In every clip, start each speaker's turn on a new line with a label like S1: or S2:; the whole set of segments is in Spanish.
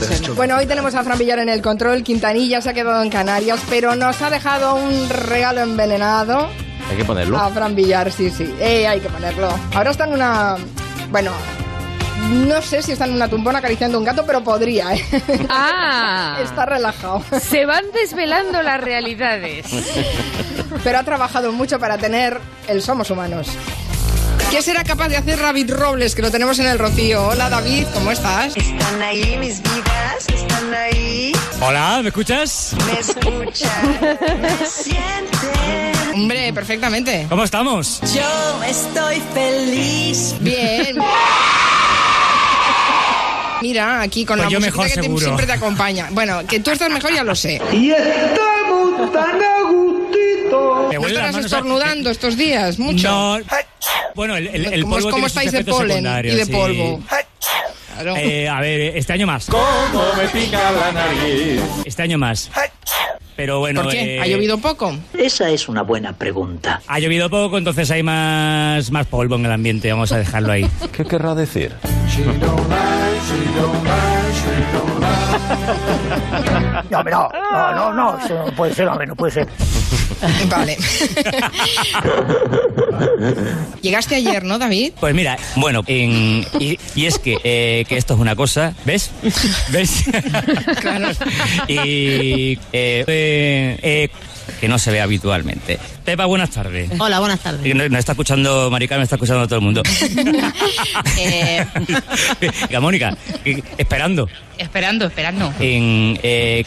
S1: muchas
S2: Bueno, hoy
S1: gracias.
S2: tenemos a Fran Villar en el control. Quintanilla se ha quedado en Canarias, pero nos ha dejado un regalo envenenado
S3: Hay que ponerlo.
S4: Ah,
S2: a Fran Villar. Sí, sí. Eh, hay que ponerlo. Ahora está en una. Bueno. No sé si está en una tumbona acariciando un gato, pero podría, ¿eh?
S5: Ah,
S2: Está relajado.
S5: se van desvelando las realidades.
S2: Pero ha trabajado mucho para tener el Somos Humanos. ¿Qué será capaz de hacer David Robles, que lo tenemos en el Rocío? Hola David, ¿cómo estás?
S6: Están ahí mis vidas, están ahí,
S7: Hola, ¿me escuchas?
S6: me escuchan, me sienten.
S2: Hombre, perfectamente.
S7: ¿Cómo estamos?
S6: Yo estoy feliz.
S2: Bien. Mira, aquí con
S7: Pues
S2: la
S7: yo
S2: musiquita
S7: mejor
S2: que te-
S7: seguro.
S2: siempre te acompaña. Bueno, que tú estás mejor ya lo sé.
S8: Y estamos tan a gustito.
S7: Me
S2: ¿No
S7: huelen
S2: estarás
S7: las manos a-
S2: estornudando estos días? Mucho.
S7: eh, No. Bueno, el, el- el
S2: ¿Cómo-
S7: polvo
S2: ¿Cómo
S7: tiene sus
S2: estáis de
S7: efectos
S2: polen y
S7: secundarios,
S2: de
S7: sí.
S2: polvo? Claro.
S7: Eh, a ver, este año más.
S3: ¿Cómo me pica la nariz?
S7: Este año más. Pero bueno,
S2: ¿Por qué?
S7: eh,
S2: ¿Ha llovido poco?
S4: Esa es una buena pregunta.
S7: ha llovido poco, entonces hay más, más polvo en el ambiente. Vamos a dejarlo ahí.
S3: ¿Qué querrá decir?
S4: No, no, no, no, no, eso no puede ser, hombre, no puede ser.
S2: Vale. Llegaste ayer, ¿no, David?
S7: Pues mira, bueno, en- y, y es que, eh, que esto es una cosa, ¿ves? ¿Ves? y eh, eh, eh, que no se ve habitualmente. Pepa, buenas tardes.
S9: Hola, buenas tardes.
S7: Y No, no está escuchando Maricar, me está escuchando todo el mundo.
S9: Eh,
S7: Venga, Mónica, eh, esperando.
S5: Esperando, esperando.
S7: En, eh,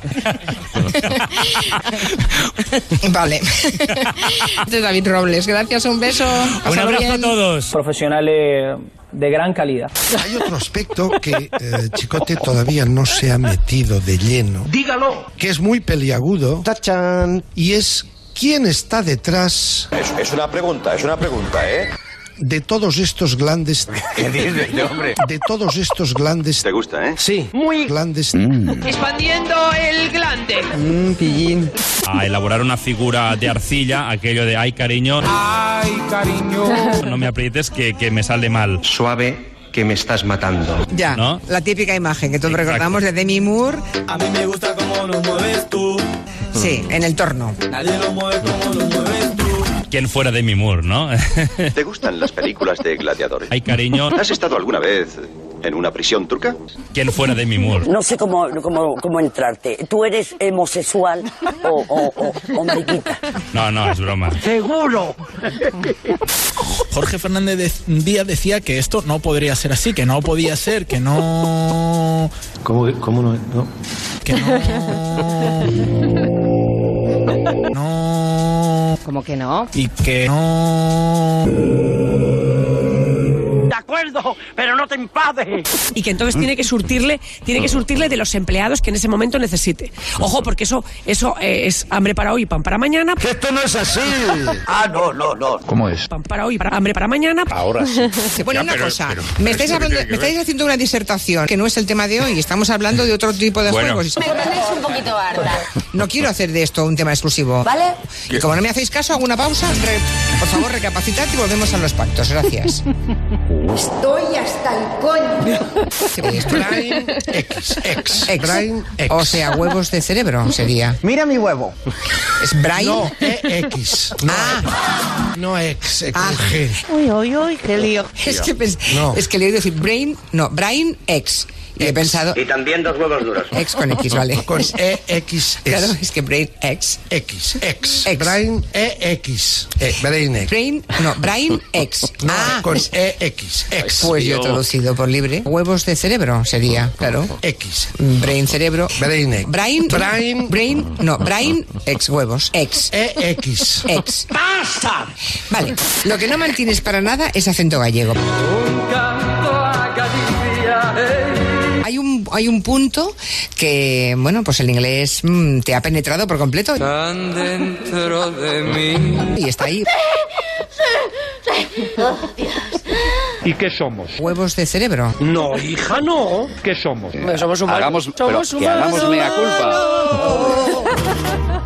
S2: Vale. Este es David Robles, gracias, un beso.
S7: un
S2: Pásalo
S7: abrazo a
S2: bien.
S7: todos.
S4: Profesionales Eh, de gran calidad.
S1: Hay otro aspecto que eh, Chicote todavía no se ha metido de lleno,
S8: Dígalo.
S1: que es muy peliagudo. ¡Tachán! Y es quién está detrás
S3: Es, una pregunta, es una pregunta, ¿eh?
S1: de todos estos glandes,
S3: ¿Qué dices, este hombre?
S1: de todos estos glandes,
S3: gusta, eh?
S1: sí,
S8: Muy
S1: glandes.
S8: expandiendo el glande.
S10: a elaborar una figura de arcilla, aquello de ay cariño,
S8: Ay, cariño.
S10: no me aprietes que, que me sale mal.
S11: Suave, que me estás matando.
S6: Ya,
S10: ¿No?
S6: la típica imagen que todos
S10: Exacto.
S6: recordamos de Demi Moore,
S8: A mí me gusta cómo lo mueves tú.
S6: sí, en el torno.
S8: Nadie lo mueve como lo mueves tú.
S10: ¿Quién fuera de mi mur, no?
S11: ¿Te gustan las películas de gladiadores?
S10: ay cariño,
S11: ¿Has estado alguna vez en una prisión turca?
S10: ¿quién fuera de mi mur?
S4: No sé cómo, cómo, cómo entrarte. ¿Tú eres homosexual o, o, o, o mariquita?
S10: No, no, es broma.
S12: Jorge Fernández de- Díaz decía que esto no podría ser así, que no podía ser, que no. ¿Cómo, no? Que no. No.
S5: ¿Cómo que no?
S12: Y que no.
S9: y que entonces tiene que surtirle, tiene que surtirle de los empleados que en ese momento necesite. Ojo, porque eso, eso eh, es hambre para hoy, pan para mañana,
S3: esto no es así! ah, no, no, no. ¿Cómo es?
S9: pan para hoy, para- hambre para mañana.
S3: Ahora sí.
S2: Se pone
S3: Ya,
S2: una
S3: pero-
S2: cosa.
S3: pero-
S2: me
S3: pero
S2: estáis,
S3: eso
S2: hablando-
S3: tiene que
S2: me
S3: ver.
S2: estáis haciendo una disertación que no es el tema de hoy. Estamos hablando de otro tipo de
S10: Bueno.
S2: juegos.
S5: tenéis un poquito harta.
S2: No quiero hacer de esto un tema exclusivo. ¿Vale? Y como no me hacéis caso, hago una pausa. Re- por favor, recapacitad y volvemos a los pactos. Gracias.
S1: Estoy hasta el coño.
S2: Es Brain
S1: X, X,
S2: Ex.
S1: Brain
S2: eh,
S1: X.
S2: O sea, huevos de cerebro sería.
S4: Mira mi huevo.
S2: Es Ah. Brain.
S1: no, EX, no, no X, X, G.
S4: Uy, uy, uy, qué lío.
S2: Es que, pens-
S1: No.
S2: es que le he oído decir Brain, no, Brain X. Y he pensado
S11: Y también dos huevos duros.
S2: X con X, vale.
S1: Con EX,
S2: Claro, es que Brain X.
S1: X, X,
S2: Ex.
S1: Brain EX, eh, Brain X.
S2: Brain, no, Brain X.
S1: No,
S2: ah,
S1: con EX, X,
S2: pues yo he traducido por libre. Huevos de cerebro sería, claro.
S1: X.
S2: Brain cerebro.
S1: Brain X.
S2: Brain.
S1: Brain-
S2: Brain. No, Brain ex huevos. Ex.
S1: E, EX.
S2: Ex. Vale. Lo que no mantienes para nada es acento gallego.
S8: eh.
S2: Hay un, hay un punto que, bueno, pues el inglés mm, te ha penetrado por completo
S8: Tan dentro de mí.
S2: y está ahí.
S8: ¿Y qué somos?
S2: Huevos de cerebro.
S8: No, hija, no. ¿Qué somos?
S3: Hagamos, pero que hagamos mea culpa.